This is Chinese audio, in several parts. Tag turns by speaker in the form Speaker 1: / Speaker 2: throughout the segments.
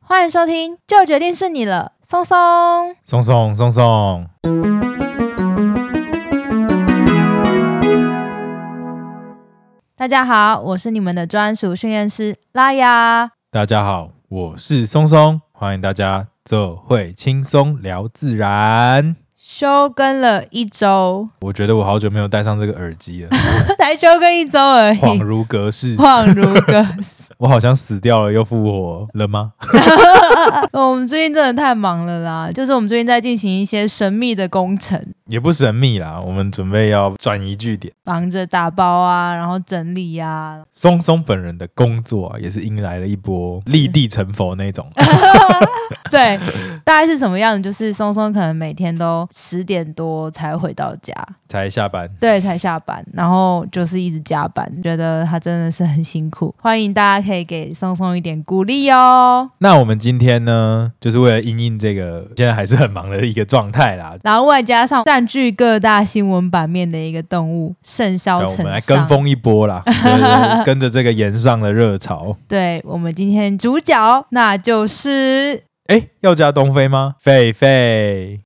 Speaker 1: 欢迎收听，就决定是你了，松松。
Speaker 2: 松松松松，
Speaker 1: 大家好，我是你们的专属训练师拉雅。
Speaker 2: 大家好，我是松松，欢迎大家这会轻松聊自然。
Speaker 1: 休更了一周，
Speaker 2: 我觉得我好久没有戴上这个耳机了，
Speaker 1: 才休更一周而已，
Speaker 2: 恍如 隔世，
Speaker 1: 恍如隔世。
Speaker 2: 我好像死掉了又复活了吗？
Speaker 1: 我们最近真的太忙了啦，就是我们最近在进行一些神秘的工程，
Speaker 2: 也不神秘啦，我们准备要转移据点。
Speaker 1: 忙着打包啊，然后整理啊，
Speaker 2: 松松本人的工作啊，也是迎来了一波立地成佛那种，
Speaker 1: 对，大概是什么样的？就是松松可能每天都十点多才回到家，
Speaker 2: 才下班。
Speaker 1: 对，才下班，然后就是一直加班，觉得他真的是很辛苦。欢迎大家可以给松松一点鼓励哦。
Speaker 2: 那我们今天呢，就是为了应应这个现在还是很忙的一个状态啦，
Speaker 1: 然后外加上占据各大新闻版面的一个动物盛嚣
Speaker 2: 让我
Speaker 1: 尘
Speaker 2: 们来
Speaker 1: 上，
Speaker 2: 跟风一波 啦，对对对跟着这个沿上的热潮。
Speaker 1: 对我们今天主角，那就是
Speaker 2: 哎，要加东非吗？狒狒，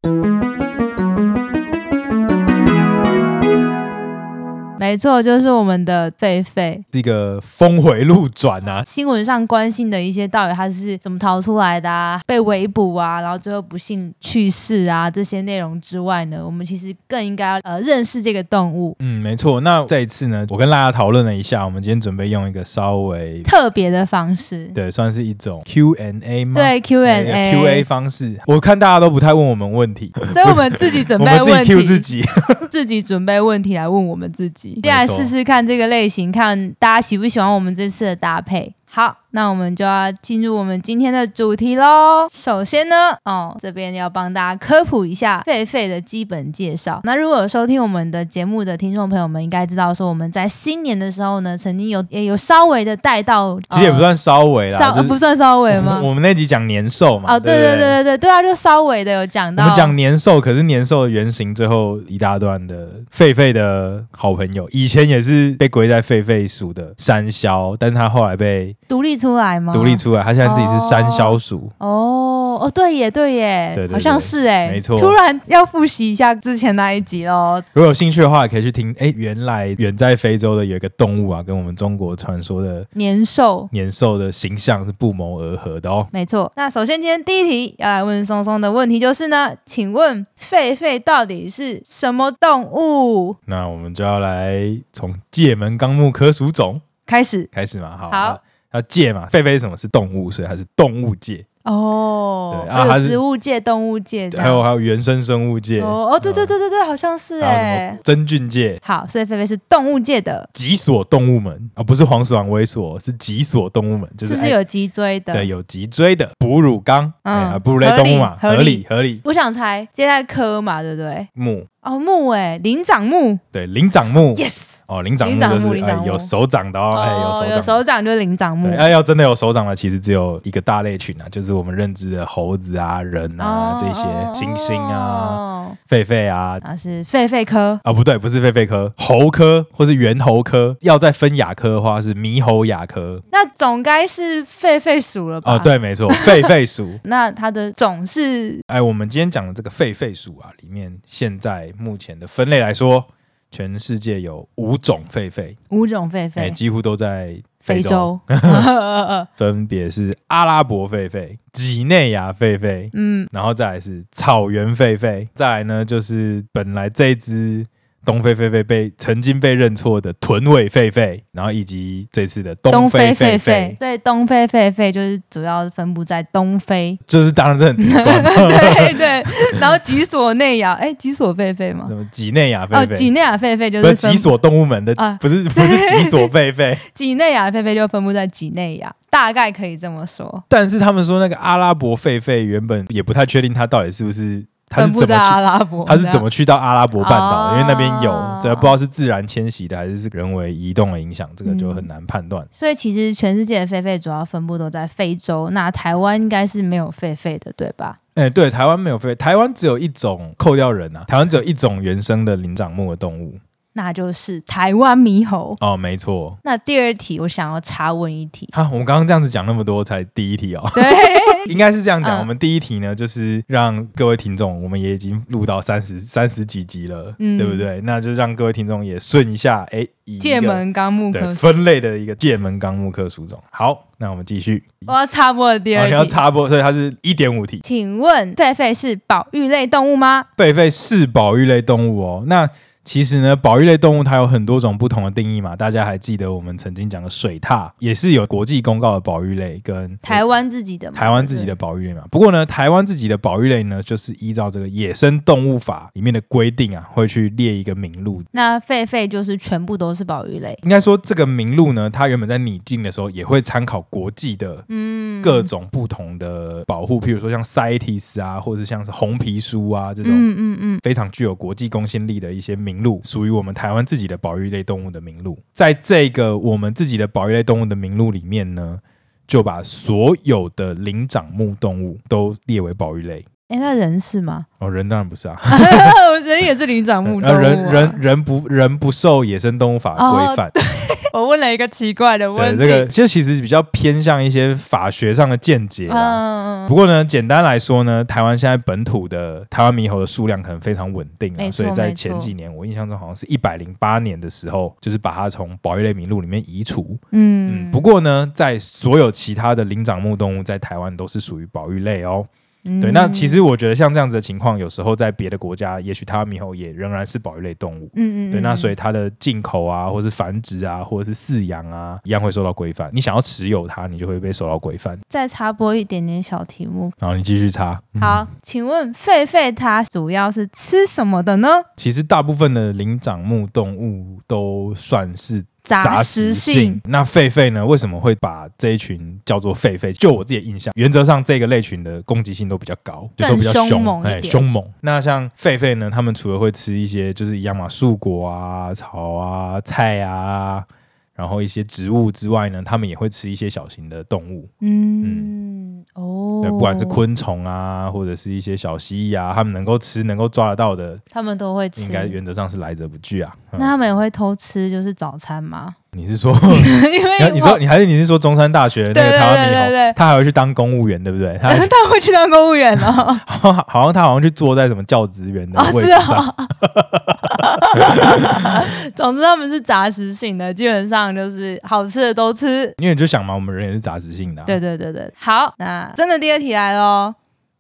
Speaker 1: 没错，就是我们的狒狒。
Speaker 2: 这个峰回路转啊，
Speaker 1: 新闻上关心的一些到底他是怎么逃出来的啊，被围捕啊，然后最后不幸去世啊这些内容之外呢，我们其实更应该要呃认识这个动物。
Speaker 2: 嗯，没错。那这一次呢，我跟大家讨论了一下，我们今天准备用一个稍微
Speaker 1: 特别的方式，
Speaker 2: 对，算是一种 Q&A 吗？
Speaker 1: 对 Q&A，
Speaker 2: 哎 Q&A 方式。我看大家都不太问我们问题，
Speaker 1: 所以我们自己准
Speaker 2: 我
Speaker 1: 备
Speaker 2: 们自
Speaker 1: 问
Speaker 2: 己 Q
Speaker 1: 题，
Speaker 2: 自己。
Speaker 1: 自己准备问题来问我们自己。
Speaker 2: 错
Speaker 1: 先来试试看这个类型，看大家喜不喜欢我们这次的搭配。好，那我们就要进入我们今天的主题喽。首先呢，哦，这边要帮大家科普一下狒狒的基本介绍。那如果有收听我们的节目的听众朋友们，应该知道说我们在新年的时候呢，曾经有也有稍微的带到，
Speaker 2: 其实也不算稍微
Speaker 1: 呃
Speaker 2: 啦，
Speaker 1: 稍、
Speaker 2: 就是
Speaker 1: 不算稍微吗
Speaker 2: 我们？我们那集讲年兽嘛，
Speaker 1: 哦，对对
Speaker 2: 对不
Speaker 1: 对。对对对啊，就稍微的有讲
Speaker 2: 我
Speaker 1: 到，
Speaker 2: 们讲年兽，可是年兽的原型最后一大段的狒狒的好朋友，以前也是被归在狒狒属的山魈，但是他后来被
Speaker 1: 独立出来吗？
Speaker 2: 独立出来，他现在自己是山魈鼠。
Speaker 1: 哦哦，对耶，对耶，
Speaker 2: 对对对
Speaker 1: 好像是哎，
Speaker 2: 没错
Speaker 1: 突然要复习一下之前那一集喽。
Speaker 2: 如果有兴趣的话，也可以去听。哎，原来远在非洲的有一个动物啊，跟我们中国传说的
Speaker 1: 年兽，
Speaker 2: 年兽的形象是不谋而合的哦。
Speaker 1: 没错。那首先今天第一题要来问松松的问题就是呢，请问狒狒到底是什么动物？
Speaker 2: 那我们就要来从界门纲目科属种
Speaker 1: 开始
Speaker 2: 开始嘛。好，
Speaker 1: 好
Speaker 2: 那，那界嘛，狒狒是什么？是动物，所以它是动物界，
Speaker 1: 哦，
Speaker 2: 对啊
Speaker 1: 还
Speaker 2: 它
Speaker 1: 有
Speaker 2: 是
Speaker 1: 植物界、动物界这样，
Speaker 2: 还有还有原生生物界，
Speaker 1: 啊哦哦，对对对对对，好像是
Speaker 2: 还有什
Speaker 1: 哎
Speaker 2: 么。真菌界。
Speaker 1: 好，所以狒狒是动物界的，
Speaker 2: 脊索动物门啊，不是黄鼠狼、猥琐，是脊索动物门，就是
Speaker 1: 不
Speaker 2: 是
Speaker 1: 是
Speaker 2: 哎
Speaker 1: 有脊椎的？
Speaker 2: 对有脊椎的哺乳纲，
Speaker 1: 嗯
Speaker 2: 嗯，哺乳类动物嘛，
Speaker 1: 合理
Speaker 2: 合
Speaker 1: 合
Speaker 2: 理
Speaker 1: 理
Speaker 2: 合理
Speaker 1: 我想猜接待科嘛，对不对？
Speaker 2: 木，
Speaker 1: 哦，木哎，灵长目
Speaker 2: 对灵长目
Speaker 1: ，yes。
Speaker 2: 哦，灵长
Speaker 1: 灵
Speaker 2: 目
Speaker 1: 长
Speaker 2: 就
Speaker 1: 目
Speaker 2: 是
Speaker 1: 灵
Speaker 2: 哎
Speaker 1: 长目
Speaker 2: 有手掌的哦，哎有手掌的。
Speaker 1: 掌就是灵长目
Speaker 2: 对，。哎、要真的有手掌的，其实只有一个大类群啊，就是我们认知的猴子啊、人啊、
Speaker 1: 哦
Speaker 2: 这些
Speaker 1: 哦
Speaker 2: 猩猩啊、
Speaker 1: 哦
Speaker 2: 狒狒啊，
Speaker 1: 那是狒狒科
Speaker 2: 啊不对，不是狒狒科，猴科或是猿猴科。要再分亚科的话，是猕猴亚科。
Speaker 1: 那总该是狒狒属了吧？
Speaker 2: 哦，。对，没错，狒狒属。
Speaker 1: 那它的种是
Speaker 2: 哎，我们今天讲的这个狒狒属啊，里面现在目前的分类来说，全世界有五种狒狒，
Speaker 1: 五种狒
Speaker 2: 哎，
Speaker 1: 狒，
Speaker 2: 几乎都在
Speaker 1: 非
Speaker 2: 非洲，
Speaker 1: 洲。嗯
Speaker 2: 分别是阿拉伯狒狒、几内亚狒狒，
Speaker 1: 嗯
Speaker 2: 然后再来是草原狒狒，再来呢就是本来这一只东非狒狒被曾经被认错的臀尾狒狒，然后以及这次的 东
Speaker 1: 东
Speaker 2: 非
Speaker 1: 非
Speaker 2: 狒
Speaker 1: 狒
Speaker 2: 狒。
Speaker 1: 狒，，对，东非狒狒就是主要分布在东非
Speaker 2: 就是当然这很直 观嘛，
Speaker 1: 对对，然后脊索内亚，哎，脊索狒狒 吗？
Speaker 2: 什么几内亚
Speaker 1: 哦
Speaker 2: 狒，
Speaker 1: 几
Speaker 2: 狒。
Speaker 1: 内亚狒狒就
Speaker 2: 不
Speaker 1: 是
Speaker 2: 是
Speaker 1: 分
Speaker 2: 脊索动物门的
Speaker 1: 啊，
Speaker 2: 不是不是脊索狒狒，
Speaker 1: 几内亚狒狒就分布在几内亚，大概可以这么说。
Speaker 2: 但是他们说那个阿拉伯狒狒原本也不太确定它到底是不是它
Speaker 1: 分
Speaker 2: 是
Speaker 1: 布
Speaker 2: 怎
Speaker 1: 在
Speaker 2: 么去
Speaker 1: 阿拉伯，
Speaker 2: 他是怎么去到阿拉伯半岛的？
Speaker 1: 啊哦
Speaker 2: 因为那边有，这不知道是自然迁徙的还是是人为移动的影响，这个就很难判断。
Speaker 1: 所以其实全世界的狒狒主要分布都在非洲，那台湾应该是没有狒狒的，对吧？
Speaker 2: 哎、对，台湾没有狒狒，台湾只有一种，扣掉人啊，台湾只有一种原生的灵长目的动物，
Speaker 1: 那就是台湾猕猴。
Speaker 2: 哦，没错。，
Speaker 1: 那第二题，我想要查问一题
Speaker 2: 好、我们刚刚这样子讲那么多，才第一题哦。
Speaker 1: 对，
Speaker 2: 应该是这样讲，
Speaker 1: 嗯
Speaker 2: 我们第一题呢，就是让各位听众，我们也已经录到三十三十几集了，
Speaker 1: 嗯
Speaker 2: 对不对？那就让各位听众也顺一下，哎，以一个
Speaker 1: 界门纲目科
Speaker 2: 对。分类的一个界门纲目科属种。好，那我们继续。
Speaker 1: 我要插播的第
Speaker 2: 好，
Speaker 1: 二
Speaker 2: 你哦要
Speaker 1: 题，
Speaker 2: 插播，所以它是一点五题。
Speaker 1: 请问狒狒是保育类动物吗？
Speaker 2: 狒狒是保育类动物哦。那其实呢，保育类动物它有很多种不同的定义嘛。大家还记得我们曾经讲的水獭，也是有国际公告的保育类跟
Speaker 1: 台湾自己的吗？
Speaker 2: 台湾自己的保育类嘛。不过呢，台湾自己的保育类呢，就是依照这个野生动物法里面的规定啊，会去列一个名录。
Speaker 1: 那狒狒就是全部都是保育类。
Speaker 2: 应该说，这个名录呢，它原本在拟定的时候也会参考国际的
Speaker 1: 嗯，
Speaker 2: 各种不同的保护，譬如说像 CITES 啊，或者像是红皮书啊这种
Speaker 1: 嗯嗯嗯，
Speaker 2: 非常具有国际公信力的一些名录，属于我们台湾自己的保育类动物的名录。在这个我们自己的保育类动物的名录里面呢，就把所有的灵长目动物都列为保育类。
Speaker 1: 哎、那人是 吗？
Speaker 2: 哦，人当然不是啊，
Speaker 1: 人也是灵长目动物、啊
Speaker 2: 呃人人人不人不受野生动物法
Speaker 1: 哦
Speaker 2: 规范，
Speaker 1: 我问了一个奇怪的
Speaker 2: 对
Speaker 1: 问题。
Speaker 2: 这个这其实比较偏向一些法学上的见解啦。
Speaker 1: 嗯，
Speaker 2: 不过呢，简单来说呢，台湾现在本土的台湾猕猴的数量可能非常稳定啊，
Speaker 1: 没错
Speaker 2: 所以在
Speaker 1: 没错
Speaker 2: 前几年，我印象中好像是一百零八年的时候，就是把它从保育类名录里面移除。
Speaker 1: 嗯
Speaker 2: 嗯，不过呢，在所有其他的灵长目动物在台湾都是属于保育类哦。对，那其
Speaker 1: 实，
Speaker 2: 实我觉得像这样子的情况，有时候在别的国家，也许台湾猕猴也仍然是保育类动物。
Speaker 1: 嗯嗯，
Speaker 2: 对，那所以
Speaker 1: 以
Speaker 2: 它的进口啊，或是繁殖啊，或者是饲养啊，一样会受到规范。你想要持有它，你就会被受到规范。
Speaker 1: 再插播一点点小题目。
Speaker 2: 然后你继续查。嗯
Speaker 1: 好，请问狒狒它主要是吃什么的呢？
Speaker 2: 其实大部分的灵长目动物都算是
Speaker 1: 杂
Speaker 2: 杂
Speaker 1: 食
Speaker 2: 食性。
Speaker 1: 性。
Speaker 2: 那狒狒呢？为什么会把这一群叫做狒狒？就我自己的印象，原则上这个类群的攻击性都比较高，就都比较
Speaker 1: 更凶
Speaker 2: 凶
Speaker 1: 猛一
Speaker 2: 哎，
Speaker 1: 点
Speaker 2: 凶猛。那像狒狒呢，他们除了会吃一些就是一样嘛，树果啊、草啊、菜啊。然后一些植物之外呢，他们也会吃一些小型的动物，
Speaker 1: 嗯，哦，
Speaker 2: 对，不管是，昆虫啊，或者是一些小蜥蜴啊，他们能够吃、能够抓得到的，
Speaker 1: 他们都会
Speaker 2: 应
Speaker 1: 吃。
Speaker 2: 该原则上是来者不拒啊。嗯
Speaker 1: 那他们也会偷吃，就是早餐吗？
Speaker 2: 你是 说，
Speaker 1: 因
Speaker 2: 嗯你
Speaker 1: 为
Speaker 2: 你说你还是你是说中山大学那
Speaker 1: 哎对
Speaker 2: 个
Speaker 1: 对
Speaker 2: 台湾
Speaker 1: 对对
Speaker 2: 猕
Speaker 1: 对
Speaker 2: 猴，他还会去当公务员，对不对？他
Speaker 1: 我他会去当公务员哦。
Speaker 2: 好像好像他好像去坐在什么教职员的
Speaker 1: 哦
Speaker 2: 位置
Speaker 1: 是哦
Speaker 2: 上，
Speaker 1: 总之他们是杂食性的，基本上就是好吃的都吃。
Speaker 2: 因为你就想嘛，我们人也是杂食性的啊，
Speaker 1: 对对对对，好，那真的第二题来喽。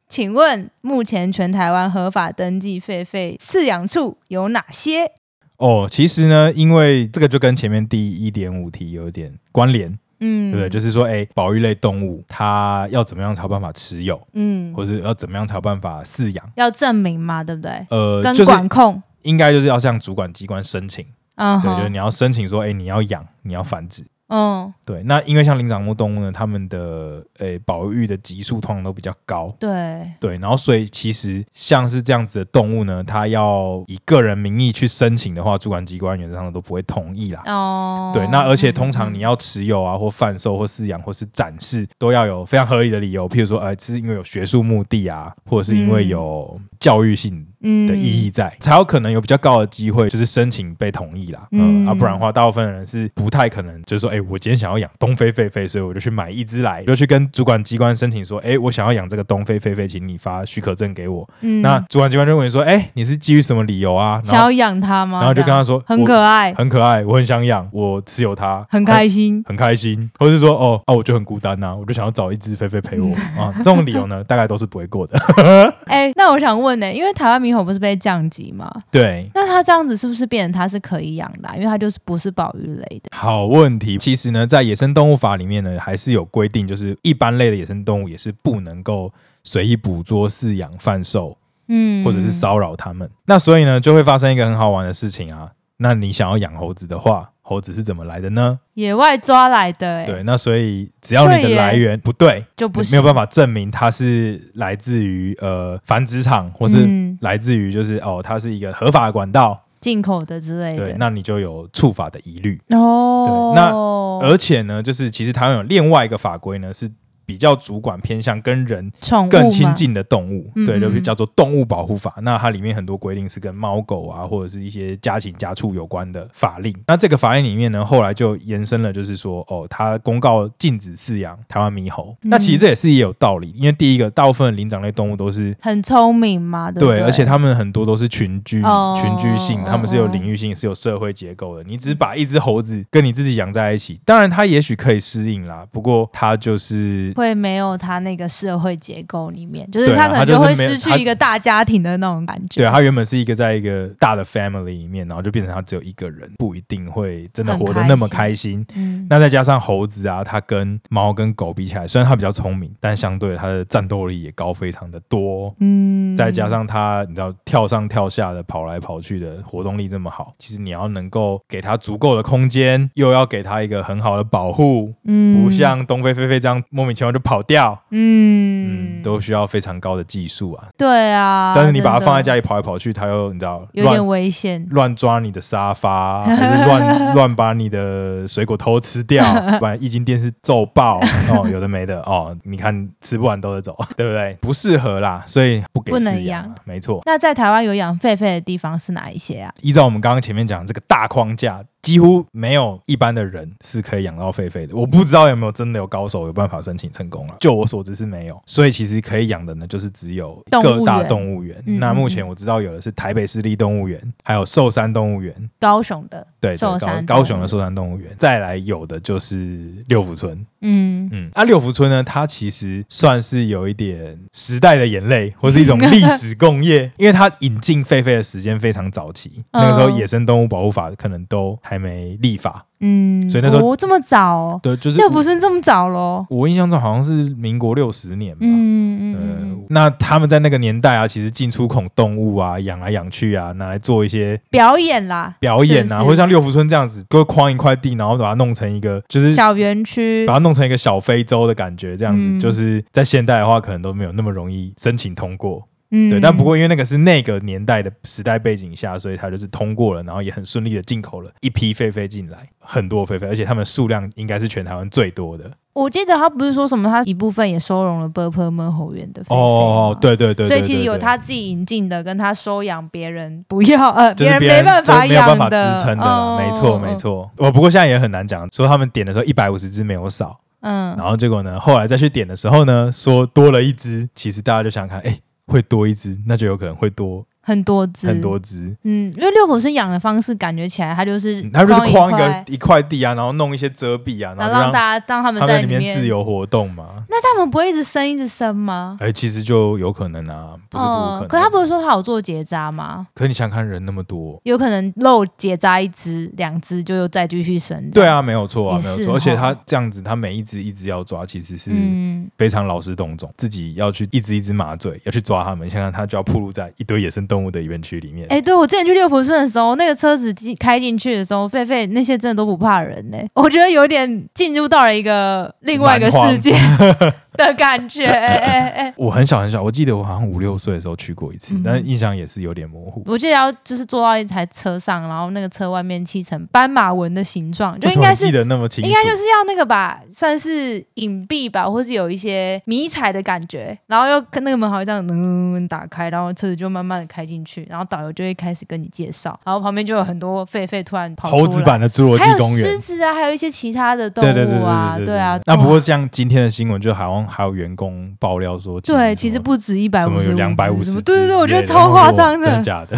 Speaker 1: 请问目前全台湾合法登记狒狒饲养处有哪些？
Speaker 2: 哦，其实呢，因为这个就跟前面第一点五题有点关联，
Speaker 1: 嗯，
Speaker 2: 对不对？就是说，哎，保育类动物它要怎么样才有办法持有，
Speaker 1: 嗯，
Speaker 2: 或者要怎么样才有办法饲养？
Speaker 1: 要证明嘛，对不对？
Speaker 2: 呃，
Speaker 1: 跟
Speaker 2: 就是
Speaker 1: 管控，
Speaker 2: 应该就是要向主管机关申请，
Speaker 1: 嗯
Speaker 2: 对，就是
Speaker 1: 哼，
Speaker 2: 你要申请说，哎，你要养，你要繁殖，
Speaker 1: 嗯，
Speaker 2: 对，那因为像灵长目动物呢，它们的诶保育的级数通常都比较高，
Speaker 1: 对，
Speaker 2: 对，然后所以其实像是这样子的动物呢，它要以个人名义去申请的话，主管机关原则上都不会同意啦。
Speaker 1: 哦，
Speaker 2: 对，那而且
Speaker 1: 嗯
Speaker 2: 通常你，要持有啊，或贩售、或饲养、或是展示，都要有非常合理的理由，譬如说，呃，是因为有学术目的啊，或者是因为有教育性
Speaker 1: 嗯
Speaker 2: 的意义，在，才有可能有比较高的机会，就是申请被同意啦。
Speaker 1: 嗯
Speaker 2: 嗯，啊，不然的话，大部分人是不太可能，就是说，哎、我今天想要养东非狒狒，所以我就去买一只来，就去跟主管机关申请说，哎、我想要养这个东非狒狒，请你发许可证给我。
Speaker 1: 嗯
Speaker 2: 那主管机关就问你说，哎、你是基于什么理由啊？
Speaker 1: 想
Speaker 2: 然后
Speaker 1: 要养它吗？
Speaker 2: 然后就跟他说，
Speaker 1: 这样很
Speaker 2: 我
Speaker 1: 可爱，
Speaker 2: 很可爱，我很想养，我持有它，
Speaker 1: 很开心，
Speaker 2: 很开心，或是说哦啊，我就很孤单呐、我就想要找一只狒狒陪我啊，这种理由呢，大概都是不会过的。
Speaker 1: 哎，那我想问呢，因为台湾猕猴不是被降级吗？
Speaker 2: 对，
Speaker 1: 那它这样子是不是变成它是可以养的啊、因为它就是不是保育类的。
Speaker 2: 好问题。其实呢，在野生动物法里面呢，还是有规定，就是一般类的野生动物也是不能够随意捕捉、饲养、贩售
Speaker 1: 嗯
Speaker 2: 或者是骚扰它们。那所以呢，就会发生一个很好玩的事情啊。那你想要养猴子的话，猴子是怎么来的呢？
Speaker 1: 野外抓来的、欸，
Speaker 2: 对，那所以只要你
Speaker 1: 对
Speaker 2: 的
Speaker 1: 耶
Speaker 2: 来源不对，
Speaker 1: 就不
Speaker 2: 没有办
Speaker 1: 法。
Speaker 2: 法证明它是来自于呃繁殖场，或是
Speaker 1: 嗯
Speaker 2: 来自于就是哦，它是一个合法的管道，
Speaker 1: 进口的之类的。
Speaker 2: 对，那你就有触法的疑虑。
Speaker 1: 哦，
Speaker 2: 而且呢，就是其实台湾有另外一个法规呢，是比较主管偏向跟人
Speaker 1: 宠物
Speaker 2: 更亲
Speaker 1: 吗？
Speaker 2: 近的动物，
Speaker 1: 嗯
Speaker 2: 对，就
Speaker 1: 嗯嗯
Speaker 2: 叫做动物保护法。那它里面很多规定是跟猫狗啊，或者是一些家禽家畜有关的法令。那这个法令里面呢，后来就延伸了，就是说，哦，它公告禁止饲养台湾猕猴。那其实这也是也有道理，因为第一个，大部分的灵长类动物都是。
Speaker 1: 很聪明嘛，对不
Speaker 2: 对，而且它们很多都是群居、
Speaker 1: 哦
Speaker 2: 群居性的，它们是有
Speaker 1: 嗯嗯
Speaker 2: 领域性、是有社会结构的。你只把一只猴子跟你自己养在一起，当然它也许可以适应啦，不过它就是
Speaker 1: 会没有它那个社会结构里面，就是
Speaker 2: 对啊
Speaker 1: 它可
Speaker 2: 它
Speaker 1: 能
Speaker 2: 就是
Speaker 1: 会
Speaker 2: 没有
Speaker 1: 失去
Speaker 2: 它
Speaker 1: 一个大家庭的那种感觉。
Speaker 2: 对，啊他原本是一个在一个大的 family 里面，然后就变成他只有一个人，不一定会真的
Speaker 1: 很
Speaker 2: 活得
Speaker 1: 开
Speaker 2: 那么
Speaker 1: 心
Speaker 2: 开心。
Speaker 1: 嗯，
Speaker 2: 那再加上猴子啊，它跟猫跟狗比起来，虽然它比较聪明，但相对它的战斗力也高非常的多。
Speaker 1: 嗯，
Speaker 2: 再加上它，你知道跳上跳下的、跑来跑去的，活动力这么好，其实你要能够给它足够的空间，又要给它一个很好的保护，
Speaker 1: 嗯，
Speaker 2: 不像东非菲菲这样莫名其妙就跑掉，
Speaker 1: 嗯
Speaker 2: 嗯，都需要非常高的技术啊。
Speaker 1: 对啊，
Speaker 2: 但是你把它放在家
Speaker 1: 里
Speaker 2: 里跑来跑去，它又你知道
Speaker 1: 有
Speaker 2: 乱
Speaker 1: 点危险。
Speaker 2: 乱抓你的沙发，啊还是 乱 乱把你的水果偷吃掉，把液晶电视揍爆哦，有的没的哦，你看吃不完兜着走，对不对？不适合啦，所以不给
Speaker 1: 不能
Speaker 2: 饲养啊
Speaker 1: 养，
Speaker 2: 没错。
Speaker 1: 那在台湾有养狒狒的地方是哪一些啊？
Speaker 2: 依照我们刚刚前面讲的这个大框架，几乎没有一般的人是可以养到狒狒的。我不知道有没有真的有高手有办法申请成功了， 就我所知是没有。所以其实可以养的呢，就是只有各大动物园。
Speaker 1: 嗯
Speaker 2: 那目前我知道有的是台北市立动物园，还有寿山动物园，
Speaker 1: 高雄的，
Speaker 2: 对，
Speaker 1: 寿
Speaker 2: 对
Speaker 1: 山
Speaker 2: 高
Speaker 1: 动
Speaker 2: 高
Speaker 1: 物
Speaker 2: 雄的寿山动物园，再来有的就是六福村，
Speaker 1: 嗯，
Speaker 2: 嗯，啊，六福村呢，它其实算是有一点时代的眼泪，或是一种历史共业， 因为它引进狒狒的时间非常早期，那个时候
Speaker 1: 嗯
Speaker 2: 野生动物保护法可能都还没立法，
Speaker 1: 嗯，
Speaker 2: 所以那时候
Speaker 1: 哦这么早、哦，
Speaker 2: 对，就是
Speaker 1: 又不是这么早喽，
Speaker 2: 我印象中好像是民国六十年吧。
Speaker 1: 嗯嗯
Speaker 2: 呃
Speaker 1: 嗯，，
Speaker 2: 那他们在那个年代啊，其实进出口动物啊，养来养去啊，拿来做一些
Speaker 1: 表演啦，
Speaker 2: 表演啊，
Speaker 1: 是是
Speaker 2: 或者像六福村这样子，各框一块地，然后把它弄成一个就是
Speaker 1: 小园区
Speaker 2: 把，它弄成一个小非洲的感觉，这样子、
Speaker 1: 嗯
Speaker 2: 就是在现代的话，可能都没有那么容易申请通过。
Speaker 1: 嗯，
Speaker 2: 对，但不过因为那个是那个年代的时代背景下，所以它就是通过了，然后也很顺利的进口了一批狒狒进来，很多狒狒，而且它们数量应该是全台湾最多的。
Speaker 1: 我记得他不是说什么，他一部分也收容了 b u r p e 门猴园的狒狒
Speaker 2: 哦
Speaker 1: 吗，。
Speaker 2: 对对对对
Speaker 1: 所以其实有。
Speaker 2: 对对
Speaker 1: 他自己引进的，跟他收养别人不要， 呃，
Speaker 2: 就是
Speaker 1: 人
Speaker 2: 别
Speaker 1: 没
Speaker 2: 人
Speaker 1: 办法
Speaker 2: 就是没有
Speaker 1: 养
Speaker 2: 办法支撑的啦，
Speaker 1: 哦
Speaker 2: 没错没，错。我不过现在也很难讲，说他们点的时候一百五十只没有少，
Speaker 1: 嗯，
Speaker 2: 然后结果呢，后来再去点的时候呢，说多了一只，其实大家就想看，哎、会多一只，那就有可能会多
Speaker 1: 很多只，
Speaker 2: 很多只。
Speaker 1: 嗯，因为六浦村养的方式感觉起来，它就是
Speaker 2: 嗯它就是框
Speaker 1: 块
Speaker 2: 一个，一块地啊，然后弄一些遮蔽啊，
Speaker 1: 然
Speaker 2: 后
Speaker 1: 后
Speaker 2: 就
Speaker 1: 让
Speaker 2: 让
Speaker 1: 大家让他们
Speaker 2: 他
Speaker 1: 在
Speaker 2: 在里
Speaker 1: 面
Speaker 2: 面自。由活动嘛。
Speaker 1: 那他们不会一直生一直生吗？
Speaker 2: 哎、其实就有可能啊，不是不可能。
Speaker 1: 哦可他不是说他有做结扎吗？
Speaker 2: 可你想看人那么多，
Speaker 1: 有可能漏结扎一只、两只，就又再继续生。
Speaker 2: 对，啊，没有错啊，
Speaker 1: 也
Speaker 2: 没有
Speaker 1: 是
Speaker 2: 错。而且他
Speaker 1: 哦
Speaker 2: 这样子，他每一只一只要抓，其实是
Speaker 1: 嗯，
Speaker 2: 非常劳师动众，自己要去一只一只麻醉，要去抓他们。你想想，他就要暴露在一堆野生动物的园区里面。
Speaker 1: 哎、对我之前去六福村的时候，那个车子进开进去的时候，狒狒那些真的都不怕人呢、 我觉得有点进入到了一个另外一个世界 的感觉。哎哎哎，
Speaker 2: 我很小很小，我记得我好像五六岁的时候去过一次，
Speaker 1: 嗯
Speaker 2: 但是印象也是有点模糊。
Speaker 1: 我记得要就是坐到一台车上，然后那个车外面漆成斑马纹的形状，就
Speaker 2: 为什
Speaker 1: 应
Speaker 2: 么
Speaker 1: 该
Speaker 2: 你
Speaker 1: 是
Speaker 2: 记得那么清楚？
Speaker 1: 应该就是要那个吧，算是隐蔽吧，或是有一些迷彩的感觉，然后又跟那个门好像这样嗯打开，然后车子就慢慢的开进去，然后导游就会开始跟你介绍，然后旁边就有很多狒狒突然跑出来
Speaker 2: 猴子。版的侏罗纪
Speaker 1: 还有
Speaker 2: 公园。
Speaker 1: 狮子啊，还有一些其他的动
Speaker 2: 对对对
Speaker 1: 物啊，
Speaker 2: 对对
Speaker 1: 啊。
Speaker 2: 那不过
Speaker 1: 哇
Speaker 2: 像今天的新闻，就好像还有员工爆料说，
Speaker 1: 对，其实不止一百
Speaker 2: 什
Speaker 1: 五
Speaker 2: 么
Speaker 1: 十，
Speaker 2: 有两百五
Speaker 1: 什
Speaker 2: 十，
Speaker 1: 么对对对，我觉得超夸张
Speaker 2: 真的假的？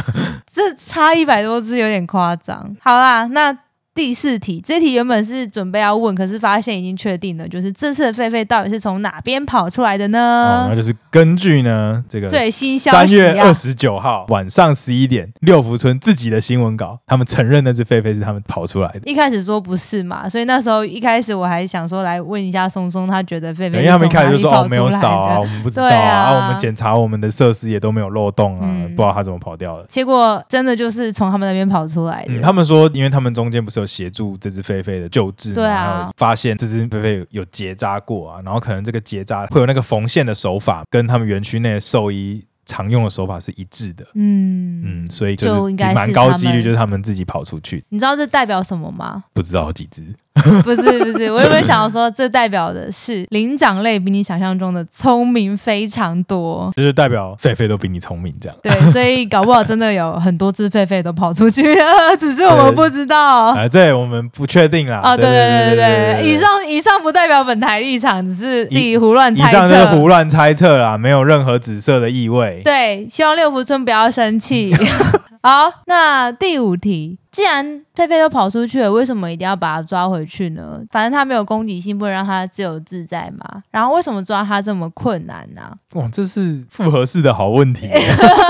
Speaker 1: 这差一百多只有点夸张。好啦，那第四题，这题原本是准备要问，可是发现已经确定了，就是这次的狒狒到底是从哪边跑出来的
Speaker 2: 哦
Speaker 1: 呢？
Speaker 2: 那就是根据呢这个
Speaker 1: 嗯最新消息啊
Speaker 2: 三月二十九号晚上十一点，六福村自己的新闻稿，他们承认那只狒狒是他们跑出来的。
Speaker 1: 一开始说不是嘛，所以那时候一开始我还想说来问一下松松，他觉得狒狒
Speaker 2: 因为他们一开始
Speaker 1: 从
Speaker 2: 就说
Speaker 1: 哪
Speaker 2: 哦
Speaker 1: 里
Speaker 2: 没有
Speaker 1: 跑出来的
Speaker 2: 少啊，我们不知道
Speaker 1: 对
Speaker 2: 啊，
Speaker 1: 啊
Speaker 2: 啊我们检查我们的设施也都没有漏洞啊，
Speaker 1: 嗯
Speaker 2: 不知道他怎么跑掉的。
Speaker 1: 结果真的就是从他们那边跑出来的。
Speaker 2: 嗯，他们说，因为他们中间不是有协助这只狒狒的救治嘛，
Speaker 1: 对啊
Speaker 2: 还有发现这只狒狒有有结扎过啊，然后可能这个结扎会有那个缝线的手法，跟他们园区内的兽医常用的手法是一致的。
Speaker 1: 嗯
Speaker 2: 嗯，所以就
Speaker 1: 就应
Speaker 2: 是
Speaker 1: 该是
Speaker 2: 蛮高
Speaker 1: 他们
Speaker 2: 几率就是他们自己跑出去，
Speaker 1: 你知道这代表什么吗？
Speaker 2: 不知道有几只。
Speaker 1: 不是不是，我原本想要说，这代表的是灵长类比你想象中的聪明非常多。
Speaker 2: 就是代表狒狒都比你聪明这样。
Speaker 1: 对，所以搞不好真的有很多只狒狒都跑出去 了，只是我们不知道。
Speaker 2: 啊，这我们不确定啦。
Speaker 1: 哦，对
Speaker 2: 啊
Speaker 1: 对
Speaker 2: 对
Speaker 1: 对对，以上以上不代表本台立场，只是自己胡乱
Speaker 2: 以
Speaker 1: 猜
Speaker 2: 上就是
Speaker 1: 测。
Speaker 2: 胡乱猜测啦，没有任何紫色的意味。
Speaker 1: 对，希望六福村不要生气。 好，那第五题，既然狒狒都跑出去了，为什么一定要把它抓回去呢？反正它没有攻击性，不能让它自由自在嘛。然后为什么抓它这么困难呢、
Speaker 2: 哇，这是复合式的好问题。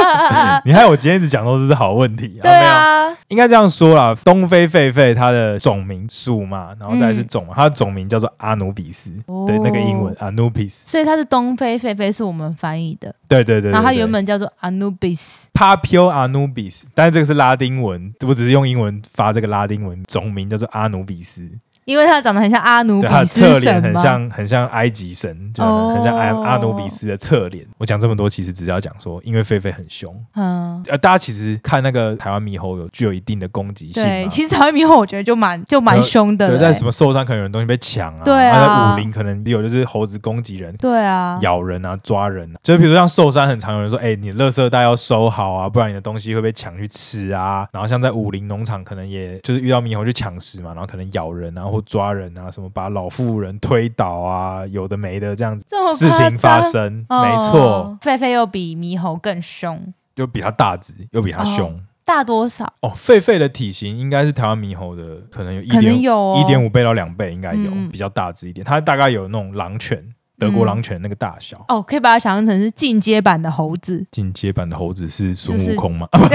Speaker 2: 你看我今天一直讲都是好问题。
Speaker 1: 对
Speaker 2: 没有
Speaker 1: 啊，
Speaker 2: 应该这样说啦，东非狒狒它的种名属嘛，然后再来是种，它的种名叫做阿努比斯，
Speaker 1: 嗯哦
Speaker 2: 对，那个英文 Anubis，
Speaker 1: 所以它是东非狒狒，是我们翻译的。
Speaker 2: 对对对对
Speaker 1: 然后它
Speaker 2: 对
Speaker 1: 原本叫做 Anubis。
Speaker 2: Papio Anubis，但是这个是拉丁文，我只是用英文发这个拉丁文，种名叫做阿努比斯，
Speaker 1: 因为它长得很像阿努
Speaker 2: 对，它
Speaker 1: 比
Speaker 2: 的
Speaker 1: 斯
Speaker 2: 侧脸
Speaker 1: 神
Speaker 2: 很
Speaker 1: 嘛，
Speaker 2: 像很像埃及神，就很很像阿、
Speaker 1: 哦
Speaker 2: 阿努比斯的侧脸。我讲这么多，其实只是要讲说，因为狒狒很凶。
Speaker 1: 嗯，
Speaker 2: 呃，大家其实看那个台湾猕猴有具有一定的攻击性
Speaker 1: 对
Speaker 2: 嘛，，
Speaker 1: 其实台湾猕猴我觉得就蛮就蛮
Speaker 2: 对
Speaker 1: 凶的了欸、
Speaker 2: 对，啊但什么受伤可能有人东西被抢啊，
Speaker 1: 对啊
Speaker 2: 在武林可能有就是猴子攻击人。
Speaker 1: 对啊，
Speaker 2: 咬人啊，抓人啊，就是比如像受伤，很常有人说，哎、你垃圾袋要收好啊，不然你的东西会被抢去吃啊。然后像在武林农场，可能也就是遇到猕猴去抢食嘛，然后可能咬人啊，或抓人啊，什么把老妇人推倒啊，有的没的这样子
Speaker 1: 这么
Speaker 2: 事
Speaker 1: 夸
Speaker 2: 情发
Speaker 1: 张
Speaker 2: 生，
Speaker 1: 哦
Speaker 2: 没错，，
Speaker 1: 狒狒又比猕猴更凶，
Speaker 2: 又比它大只，又比它
Speaker 1: 哦
Speaker 2: 凶。
Speaker 1: 大多少？
Speaker 2: 哦，狒狒的体型应该是台湾猕猴的，可能有一
Speaker 1: 可能
Speaker 2: 点
Speaker 1: 有哦
Speaker 2: 一点五倍到两倍，应该有、
Speaker 1: 嗯嗯嗯
Speaker 2: 比较大只一点。它大概有那种狼犬，德国狼犬那个大小。
Speaker 1: 哦，可以把它想象成是进阶版的猴 子，
Speaker 2: 进阶版的猴子是孙
Speaker 1: 就是
Speaker 2: 悟空嘛？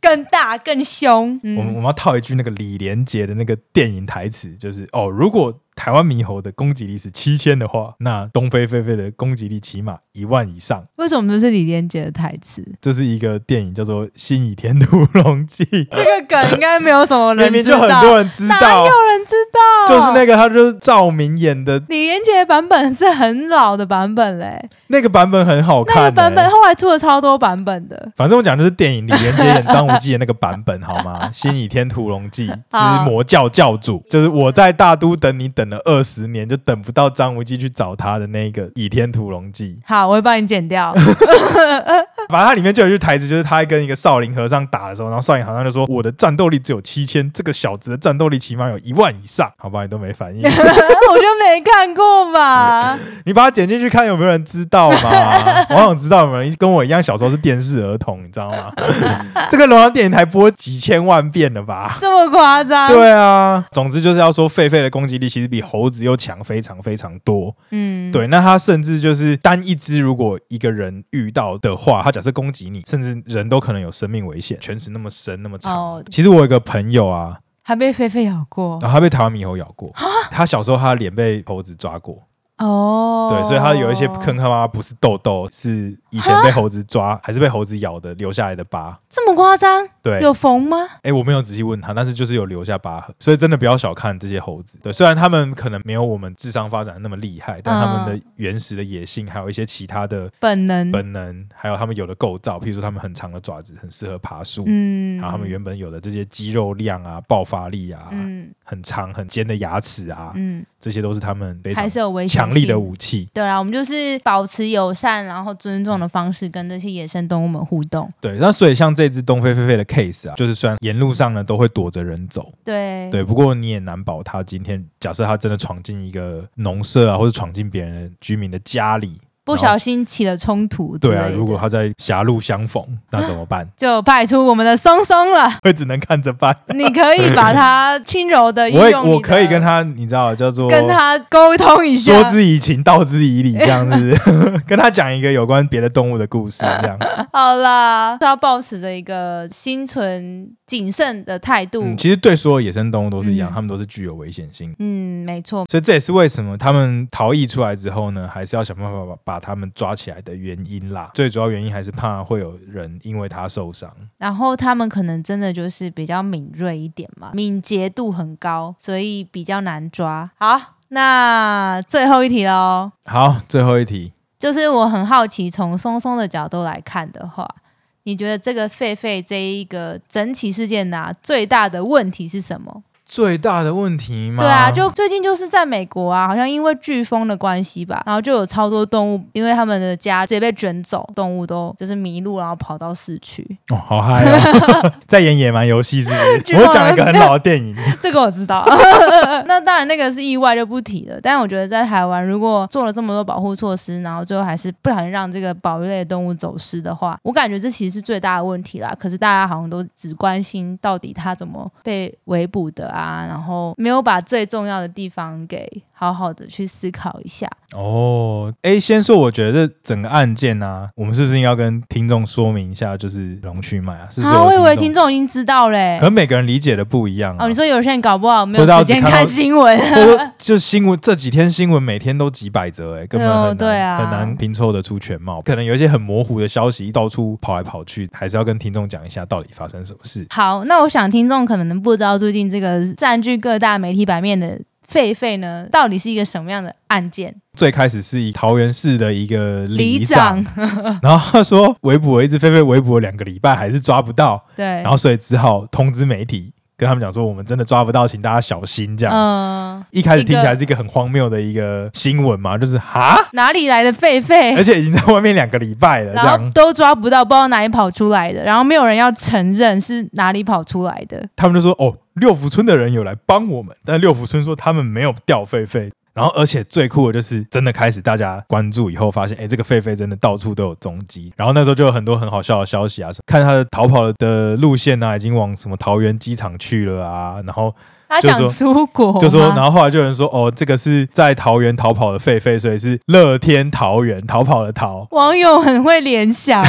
Speaker 1: 更大更凶。
Speaker 2: 我们我
Speaker 1: 嗯，
Speaker 2: 们要套一句那个李连杰的那个电影台词，就是哦，如果台湾猕猴的攻击力是七千的话，那东非狒狒的攻击力起码一万以上。
Speaker 1: 为什么这是李连杰的台词？
Speaker 2: 这是一个电影叫做《新倚天屠龙记》，
Speaker 1: 这个梗应该没有什么
Speaker 2: 明
Speaker 1: 人
Speaker 2: 呃 明
Speaker 1: 知
Speaker 2: 就
Speaker 1: 道，
Speaker 2: 很多人知
Speaker 1: 哪
Speaker 2: 道啊
Speaker 1: 有，人知道？
Speaker 2: 就是那个他就是赵明演的
Speaker 1: 李连杰的版本是很老的版本嘞，
Speaker 2: 那个版本很好看、
Speaker 1: 那
Speaker 2: 欸，
Speaker 1: 个版本后来出了超多版本的。
Speaker 2: 反正我讲就是电影里连接演张无忌的那个版本，好吗？《新倚天屠龙记》之魔教教主，就是我在大都等你等了二十年，就等不到张无忌去找他的那个《倚天屠龙记
Speaker 1: 好，我会帮你剪 掉。》。
Speaker 2: 反正它里面就有一句台词，就是他跟一个少林和尚打的时候，然后少林和尚就说：“我的战斗力只有七千，这个小子的战斗力起码有一万以上。”好吧，你都没反应，
Speaker 1: 我就没看过嘛。
Speaker 2: 你把它剪进去看有没有人知道嘛？我想知道有没有人跟我一样小时候是电视儿童，你知道吗？这个龙阳电影台播几千万遍了吧？
Speaker 1: 这么夸张？，
Speaker 2: 对啊，总之就是要说，狒狒的攻击力其实比猴子又强非常非常多。
Speaker 1: 嗯，
Speaker 2: 对，那它甚至就是单一只，如果一个人遇到的话，它假设攻击你，甚至人都可能有生命危险。全齿那么深那么长，
Speaker 1: 哦
Speaker 2: 其实我有一个朋友啊，
Speaker 1: 还被菲菲咬过
Speaker 2: 然后他被台湾猕猴咬过，
Speaker 1: 啊
Speaker 2: 他小时候他的脸被猴子抓过，
Speaker 1: 哦。
Speaker 2: 对，所以他有一些坑坑洼洼，不是痘痘，是以前
Speaker 1: 啊
Speaker 2: 被猴子抓还是被猴子咬的留下来的疤。
Speaker 1: 这么夸张？
Speaker 2: 对，
Speaker 1: 有缝吗？
Speaker 2: 哎、我没有仔细问他，但是就是有留下疤痕，所以真的不要小看这些猴子。对，虽然他们可能没有我们智商发展得那么厉害，但他们
Speaker 1: 嗯
Speaker 2: 的原始的野性，还有一些其他的
Speaker 1: 本能，
Speaker 2: 本
Speaker 1: 嗯
Speaker 2: 能，还有他们有的构造，譬如说他们很长的爪子很适合爬树，
Speaker 1: 嗯，
Speaker 2: 然后他们原本有的这些肌肉量啊、爆发力啊、
Speaker 1: 嗯
Speaker 2: 很长很尖的牙齿啊，
Speaker 1: 嗯，
Speaker 2: 这些都是他们非常
Speaker 1: 还是有危险
Speaker 2: 强力的
Speaker 1: 性
Speaker 2: 武器。
Speaker 1: 对啊，我们就是保持友善，然后尊重的方式跟这些野生动物们互动。
Speaker 2: 对，那所以像这只东非狒狒的 case 啊，就是虽然沿路上呢都会躲着人走，
Speaker 1: 对，
Speaker 2: 对，不过你也难保他今天假设他真的闯进一个农舍啊，或者闯进别人的居民的家里，
Speaker 1: 不小心起了冲突之类
Speaker 2: 对
Speaker 1: 的，
Speaker 2: 啊，如果他在狭路相逢，那怎么办？
Speaker 1: 就派出我们的松松了，
Speaker 2: 会只能看着办。
Speaker 1: 你可以把它轻柔的运
Speaker 2: 我也
Speaker 1: 用你的
Speaker 2: 我可以跟他，你知道叫做
Speaker 1: 跟他沟通一下，
Speaker 2: 说之以情，道之以理，这样子 跟他讲一个有关别的动物的故事，这样。
Speaker 1: 好啦，都要保持着一个心存谨慎的态度。
Speaker 2: 嗯，
Speaker 1: 嗯
Speaker 2: 其实对所有野生动物都是一样，
Speaker 1: 嗯
Speaker 2: 它们都是具有危险性的。
Speaker 1: 没错。
Speaker 2: 所以这也是为什么他们逃逸出来之后呢，还是要想办法把把他们抓起来的原因啦。最主要原因还是怕会有人因为他受伤。
Speaker 1: 然后他们可能真的就是比较敏锐一点嘛，敏捷度很高，所以比较难抓。好，那最后一题喽，
Speaker 2: 好，最后一题，
Speaker 1: 就是我很好奇，从松松的角度来看的话，啊你觉得这个狒狒这一个整起事件呢、最大的问题是什么？
Speaker 2: 最大的问题吗？
Speaker 1: 对啊，就最近就是在美国啊，好像因为飓风的关系吧，然后就有超多动物，因为他们的家直接被卷走，动物都就是迷路，然后跑到市区。
Speaker 2: 哦，好嗨哦， 在演野蛮游戏是不是？
Speaker 1: 剧
Speaker 2: 我
Speaker 1: 透
Speaker 2: 又讲一个很老的电影，
Speaker 1: 这个我知道。 那当然那个是意外就不提了，但我觉得在台湾如果做了这么多保护措施，然后最后还是不小心让这个保育类的动物走失的话，我感觉这其实是最大的问题啦。可是大家好像都只关心到底它怎么被围捕的啊，然后没有把最重要的地方给好好的去思考一下。
Speaker 2: 哦，哎，先说，我觉得整个案件啊，我们是不是应该要跟听众说明一下，就是龙去脉啊？是
Speaker 1: 啊，
Speaker 2: 说，
Speaker 1: 我以为听，众已经知道嘞、
Speaker 2: 可能每个人理解的不一样、啊。
Speaker 1: 哦，你说有些人搞不好没
Speaker 2: 不
Speaker 1: 有
Speaker 2: 知道
Speaker 1: 时间
Speaker 2: 只看到
Speaker 1: 看新闻，
Speaker 2: 或者就新闻这几天新闻每天都几百则，哎，根本很难、
Speaker 1: 哦对啊
Speaker 2: 很难拼凑得出全貌。可能有一些很模糊的消息到处跑来跑去，还是要跟听众讲一下到底发生什么事。
Speaker 1: 好，那我想听众可能不知道最近这个占据各大媒体版面的狒狒呢，到底是一个什么样的案件？
Speaker 2: 最开始是以桃园市的一个里长，
Speaker 1: 长
Speaker 2: 然后他说围捕了一只狒狒，围捕了两个礼拜还是抓不到，
Speaker 1: 对
Speaker 2: 然，后所以只好通知媒体，跟他们讲说我们真的抓不到，请大家小心这样。
Speaker 1: 嗯、
Speaker 2: 一开始听起来是一个很荒谬的一个新闻嘛，就是哈，
Speaker 1: 哪里来的狒
Speaker 2: 而
Speaker 1: 狒？
Speaker 2: 且已经在外面两个礼拜了，这
Speaker 1: 然后
Speaker 2: 样
Speaker 1: 都抓不到，不知道哪里跑出来的，然后没有人要承认是哪里跑出来的。
Speaker 2: 他们就说哦，六福村的人有来帮我们，但六福村说他们没有掉狒狒。然后，而且最酷的就是，真的开始大家关注以后，发现，哎，这个狒狒真的到处都有踪迹。然后那时候就有很多很好笑的消息啊，看他的逃跑的路线啊，已经往什么桃园机场去了啊。然后
Speaker 1: 他
Speaker 2: 就
Speaker 1: 想
Speaker 2: 说
Speaker 1: 出国吗，
Speaker 2: 就说，然后后来就有人说，哦，这个是在桃园逃跑的狒狒，所以是乐天桃园逃跑的逃。
Speaker 1: 网友很会联想，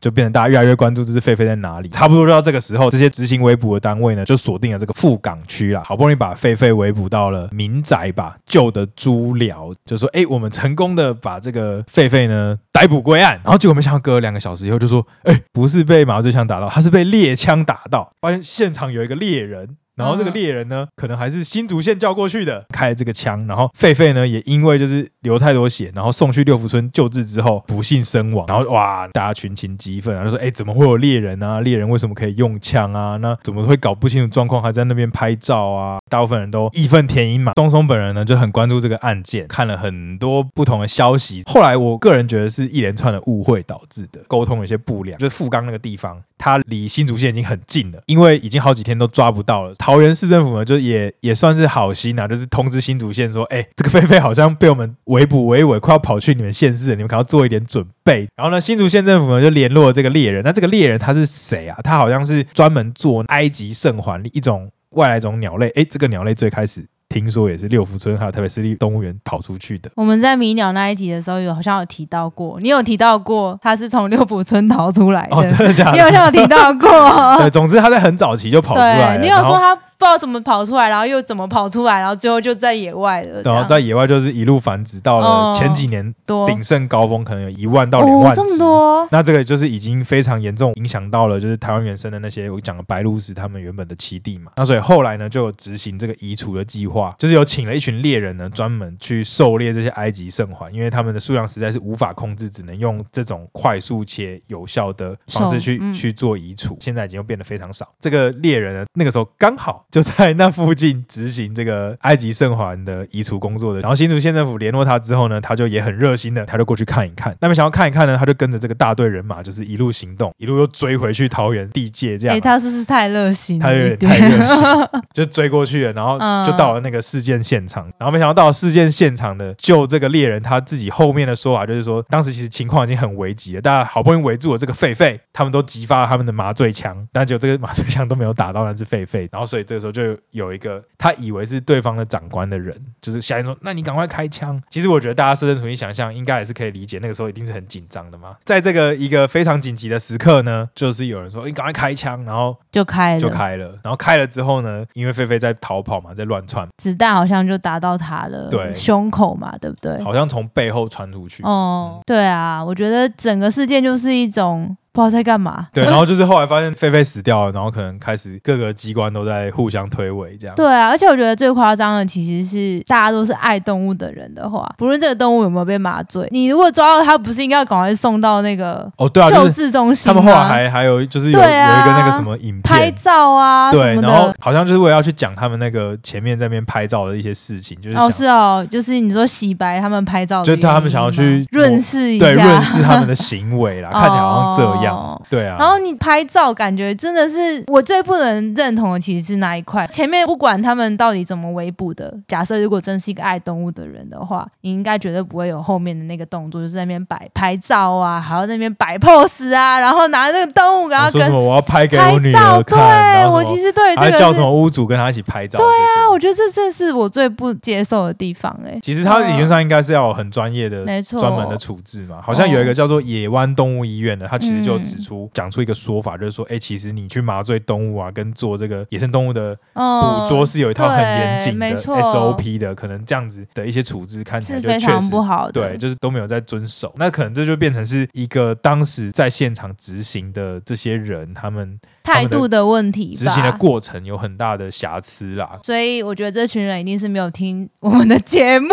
Speaker 2: 就变成大家越来越关注这只狒狒在哪里。差不多就到这个时候，这些执行围捕的单位呢，就锁定了这个富港区啦，好不容易把狒狒围捕到了民宅吧，旧的猪寮，就说：“哎、我们成功的把这个狒狒呢逮捕归案。”然后结果没想到隔了两个小时以后，就说：“哎、不是被麻醉枪打到，他是被猎枪打到。”发现现场有一个猎人。然后这个猎人呢，可能还是新竹县叫过去的，开了这个枪。然后狒狒呢，也因为就是流太多血，然后送去六福村救治之后，不幸身亡。然后哇，大家群情激愤，然后就说：“哎，怎么会有猎人啊？猎人为什么可以用枪啊？那怎么会搞不清楚状况，还在那边拍照啊？”大部分人都义愤填膺嘛。东松本人呢，就很关注这个案件，看了很多不同的消息。后来我个人觉得是一连串的误会导致的，沟通有些不良，就是富冈那个地方，它离新竹县已经很近了，因为已经好几天都抓不到了。桃园市政府呢，就也也算是好心啊，就是通知新竹县说，哎、这个狒狒好像被我们围捕围一围，快要跑去你们县市了，你们可能要做一点准备。然后呢，新竹县政府呢就联络了这个猎人，那这个猎人他是谁啊？他好像是专门做埃及圣环一种外来种鸟类，哎、这个鸟类最开始。听说也是六福村还有台北市立动物园跑出去的，
Speaker 1: 我们在迷鸟那一集的时候有好像有提到过，你有提到过他是从六福村逃出来的，
Speaker 2: 哦，真的假的？
Speaker 1: 你好像有提到过。
Speaker 2: 对，总之他在很早期就跑出来
Speaker 1: 对，
Speaker 2: 了。
Speaker 1: 你有
Speaker 2: 然后
Speaker 1: 说他不知道怎么跑出来，然后又怎么跑出来，然后最后就在野外了，这
Speaker 2: 然后
Speaker 1: 样
Speaker 2: 在野外就是一路繁殖，到了
Speaker 1: 哦
Speaker 2: 前几年
Speaker 1: 多
Speaker 2: 鼎盛高峰，可能有一万到两
Speaker 1: 哦
Speaker 2: 万只。
Speaker 1: 这么多，
Speaker 2: 那这个就是已经非常严重影响到了，就是台湾原生的那些我讲的白鹭鸶他们原本的栖地嘛。那所以后来呢，就有执行这个移除的计划，就是有请了一群猎人呢，专门去狩猎这些埃及圣环，因为他们的数量实在是无法控制，只能用这种快速且有效的方式
Speaker 1: 手
Speaker 2: 去、
Speaker 1: 嗯
Speaker 2: 去做移除。现在已经又变得非常少。这个猎人呢，那个时候刚好就在那附近执行这个埃及圣环的移除工作的。然后新竹县政府联络他之后呢，他就也很热心的，他就过去看一看。那么想要看一看呢，他就跟着这个大队人马，就是一路行动，一路又追回去桃园地界这样
Speaker 1: 哎、
Speaker 2: 啊。
Speaker 1: 他是不是太热心
Speaker 2: 他
Speaker 1: 了
Speaker 2: 有
Speaker 1: 一
Speaker 2: 点太
Speaker 1: 点？
Speaker 2: 热情，就追过去了，然后
Speaker 1: 嗯
Speaker 2: 就到了那个事件现场，然后没想到到了事件现场的，就这个猎人他自己后面的说法就是说，当时其实情况已经很危急了，大家好不容易围住了这个狒狒，他们都激发了他们的麻醉枪，但结果这个麻醉枪都没有打到那只狒狒，然后所以这个时候就有一个他以为是对方的长官的人，就是下令说，那你赶快开枪。其实我觉得大家设身处地想象，应该也是可以理解，那个时候一定是很紧张的嘛，在这个一个非常紧急的时刻呢，就是有人说你赶快开枪，然后
Speaker 1: 就开了，
Speaker 2: 就开了。然后开了之后呢，因为菲菲在逃跑嘛，在乱窜，
Speaker 1: 子弹好像就打到他了，
Speaker 2: 对
Speaker 1: 胸口嘛，对不对？
Speaker 2: 好像从背后穿出去。
Speaker 1: 哦，对啊，我觉得整个事件就是一种不知道在干嘛。
Speaker 2: 对，啊然后就是后来发现菲菲死掉了，然后可能开始各个机关都在互相推诿这样。
Speaker 1: 对啊，而且我觉得最夸张的其实是大家都是爱动物的人的话，不论这个动物有没有被麻醉，你如果抓到它，不是应该要赶快送到那个
Speaker 2: 哦，对啊，
Speaker 1: 救
Speaker 2: 就是
Speaker 1: 治中心
Speaker 2: 他
Speaker 1: 吗？
Speaker 2: 们后来还还有就是有、
Speaker 1: 对啊
Speaker 2: 有一个那个什么影
Speaker 1: 拍
Speaker 2: 片。
Speaker 1: 照啊
Speaker 2: 对
Speaker 1: 什，么
Speaker 2: 然后
Speaker 1: 的。
Speaker 2: 好像就是为了要去讲他们那个前面在那边拍照的一些事情，就是想
Speaker 1: 哦，是哦，就是你说洗白他们拍照的
Speaker 2: 就
Speaker 1: 原因吗，
Speaker 2: 他们想要去
Speaker 1: 润饰一下，
Speaker 2: 对润饰他们的行为 啦，看起来好像这样
Speaker 1: 哦，
Speaker 2: 对啊。
Speaker 1: 然后你拍照，感觉真的是我最不能认同的，其实是那一块。前面不管他们到底怎么围捕的，假设如果真是一个爱动物的人的话，你应该绝对不会有后面的那个动作，就是在那边摆拍照啊，还要在那边摆 pose 啊，然后拿那个动物然后
Speaker 2: 我说什
Speaker 1: 跟
Speaker 2: 么我要拍给我
Speaker 1: 拍
Speaker 2: 女
Speaker 1: 照。
Speaker 2: 儿
Speaker 1: 对
Speaker 2: 看，然，后
Speaker 1: 我
Speaker 2: 什么
Speaker 1: 其实对
Speaker 2: 还
Speaker 1: 这
Speaker 2: 叫
Speaker 1: 个
Speaker 2: 什
Speaker 1: 是，
Speaker 2: 么屋主跟他一起拍照。对啊
Speaker 1: 啊我觉得这正是我最不接受的地方哎、
Speaker 2: 其实他理论上应该是要有很专业的、
Speaker 1: 呃没错
Speaker 2: 专门的处置嘛。好像有一个叫做野湾动物医院的，他其实就指出、讲出一个说法，就是说，哎、其实你去麻醉动物啊，跟做这个野生动物的
Speaker 1: 嗯，
Speaker 2: 捕捉是有一套很严谨
Speaker 1: 对
Speaker 2: 的
Speaker 1: 没错
Speaker 2: SOP 的，可能这样子的一些处置看起来
Speaker 1: 是
Speaker 2: 就
Speaker 1: 非
Speaker 2: 确
Speaker 1: 常
Speaker 2: 实
Speaker 1: 不好的。
Speaker 2: 对，就是都没有在遵守。那可能这就变成是一个当时在现场执行的这些人，他们
Speaker 1: 态度的问题吧，
Speaker 2: 执行的过程有很大的瑕疵啦。
Speaker 1: 所以我觉得这群人一定是没有听我们的节 目。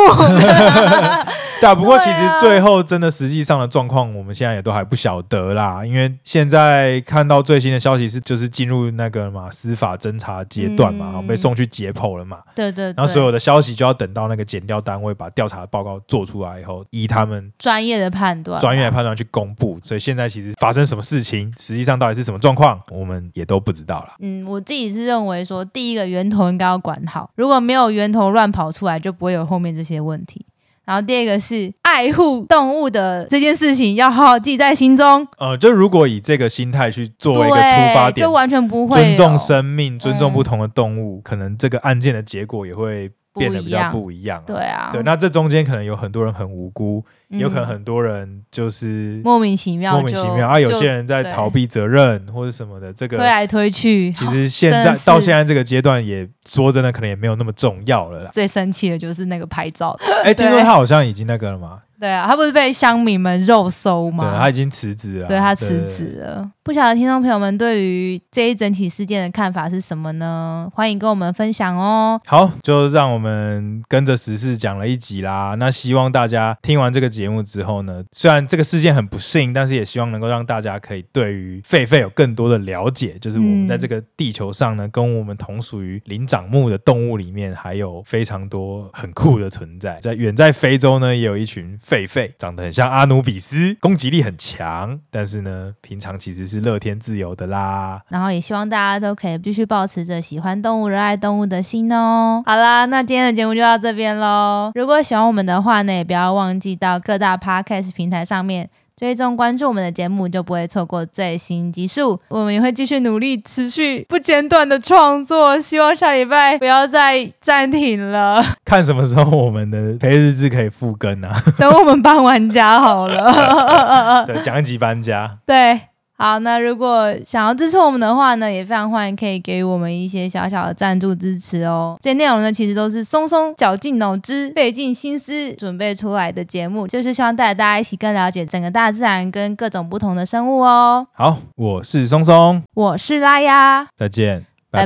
Speaker 2: 但不过其实
Speaker 1: 对啊
Speaker 2: 最后真的实际上的状况，我们现在也都还不晓得啦，因为现在看到最新的消息是，就是进入那个嘛司法侦查阶段嘛，
Speaker 1: 嗯
Speaker 2: 然后被送去解剖了嘛，
Speaker 1: 对对对，
Speaker 2: 然后所有的消息就要等到那个检调单位把调查报告做出来以后，依他们。
Speaker 1: 专业的判断，
Speaker 2: 专业的判断去公布，所以现在其实发生什么事情，实际上到底是什么状况，我们也都不知道啦。
Speaker 1: 嗯，我自己是认为说，第一个源头应该要管好，如果没有源头乱跑出来，就不会有后面这些问题。然后第二个是爱护动物的这件事情，要好好记在心中，
Speaker 2: 呃，就如果以这个心态去作为一个出发
Speaker 1: 对，
Speaker 2: 点
Speaker 1: 就，完全不会
Speaker 2: 尊重
Speaker 1: 有
Speaker 2: 生命、尊重
Speaker 1: 嗯
Speaker 2: 不同的动物，可能这个案件的结果也会变得比较
Speaker 1: 不
Speaker 2: 不一样啊、
Speaker 1: 对啊，
Speaker 2: 对，那这中间可能有很多人很无辜，
Speaker 1: 嗯
Speaker 2: 有可能很多人就是
Speaker 1: 莫名其妙就，
Speaker 2: 莫名其妙啊，有些人在
Speaker 1: 对
Speaker 2: 逃避责任或者什么的。这
Speaker 1: 就推
Speaker 2: 个
Speaker 1: 来推去，
Speaker 2: 其实现
Speaker 1: 真
Speaker 2: 在
Speaker 1: 的是
Speaker 2: 到现在这个阶段也，说真的，可能也没有那么重要了啦
Speaker 1: 。最生气的就是那个拍照的，
Speaker 2: 哎、听说他好像已经那个了嘛，
Speaker 1: 对啊，他不是被乡民们肉搜吗？
Speaker 2: 对，他已经辞职了啊，
Speaker 1: 对他辞
Speaker 2: 对
Speaker 1: 职了。不晓得听众朋友们对于这一整起事件的看法是什么呢？欢迎跟我们分享哦。
Speaker 2: 好，就让我们跟着时事讲了一集啦。那希望大家听完这个节目之后呢，虽然这个事件很不幸，但是也希望能够让大家可以对于狒狒有更多的了解，就是我们在这个地球上呢，跟我们同属于灵长目的动物里面，还有非常多很酷的存在。在远在非洲呢，也有一群狒狒，长得很像阿努比斯，攻击力很强，但是呢，平常其实是乐天自由的啦。
Speaker 1: 然后也希望大家都可以继续保持着喜欢动物、热爱动物的心哦。好啦，那今天的节目就到这边喽。如果喜欢我们的话呢，也不要忘记到各大 podcast 平台上面追踪关注我们的节目，就不会错过最新集数。我们也会继续努力，持续不间断的创作，希望下礼拜不要再暂停了。
Speaker 2: 看什么时候我们的 陪日志可以复更啊？
Speaker 1: 等我们搬完家好了。
Speaker 2: 对，讲一集搬家。
Speaker 1: 对，好，那如果想要支持我们的话呢，也非常欢迎可以给予我们一些小小的赞助支持哦。这些内容呢，其实都是松松绞尽脑汁、费尽心思准备出来的节目，就是希望带大家一起更了解整个大自然跟各种不同的生物哦。
Speaker 2: 好，我是松松，
Speaker 1: 我是拉呀。
Speaker 2: 再见，
Speaker 1: 拜
Speaker 2: 拜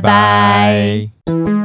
Speaker 2: 拜
Speaker 1: 拜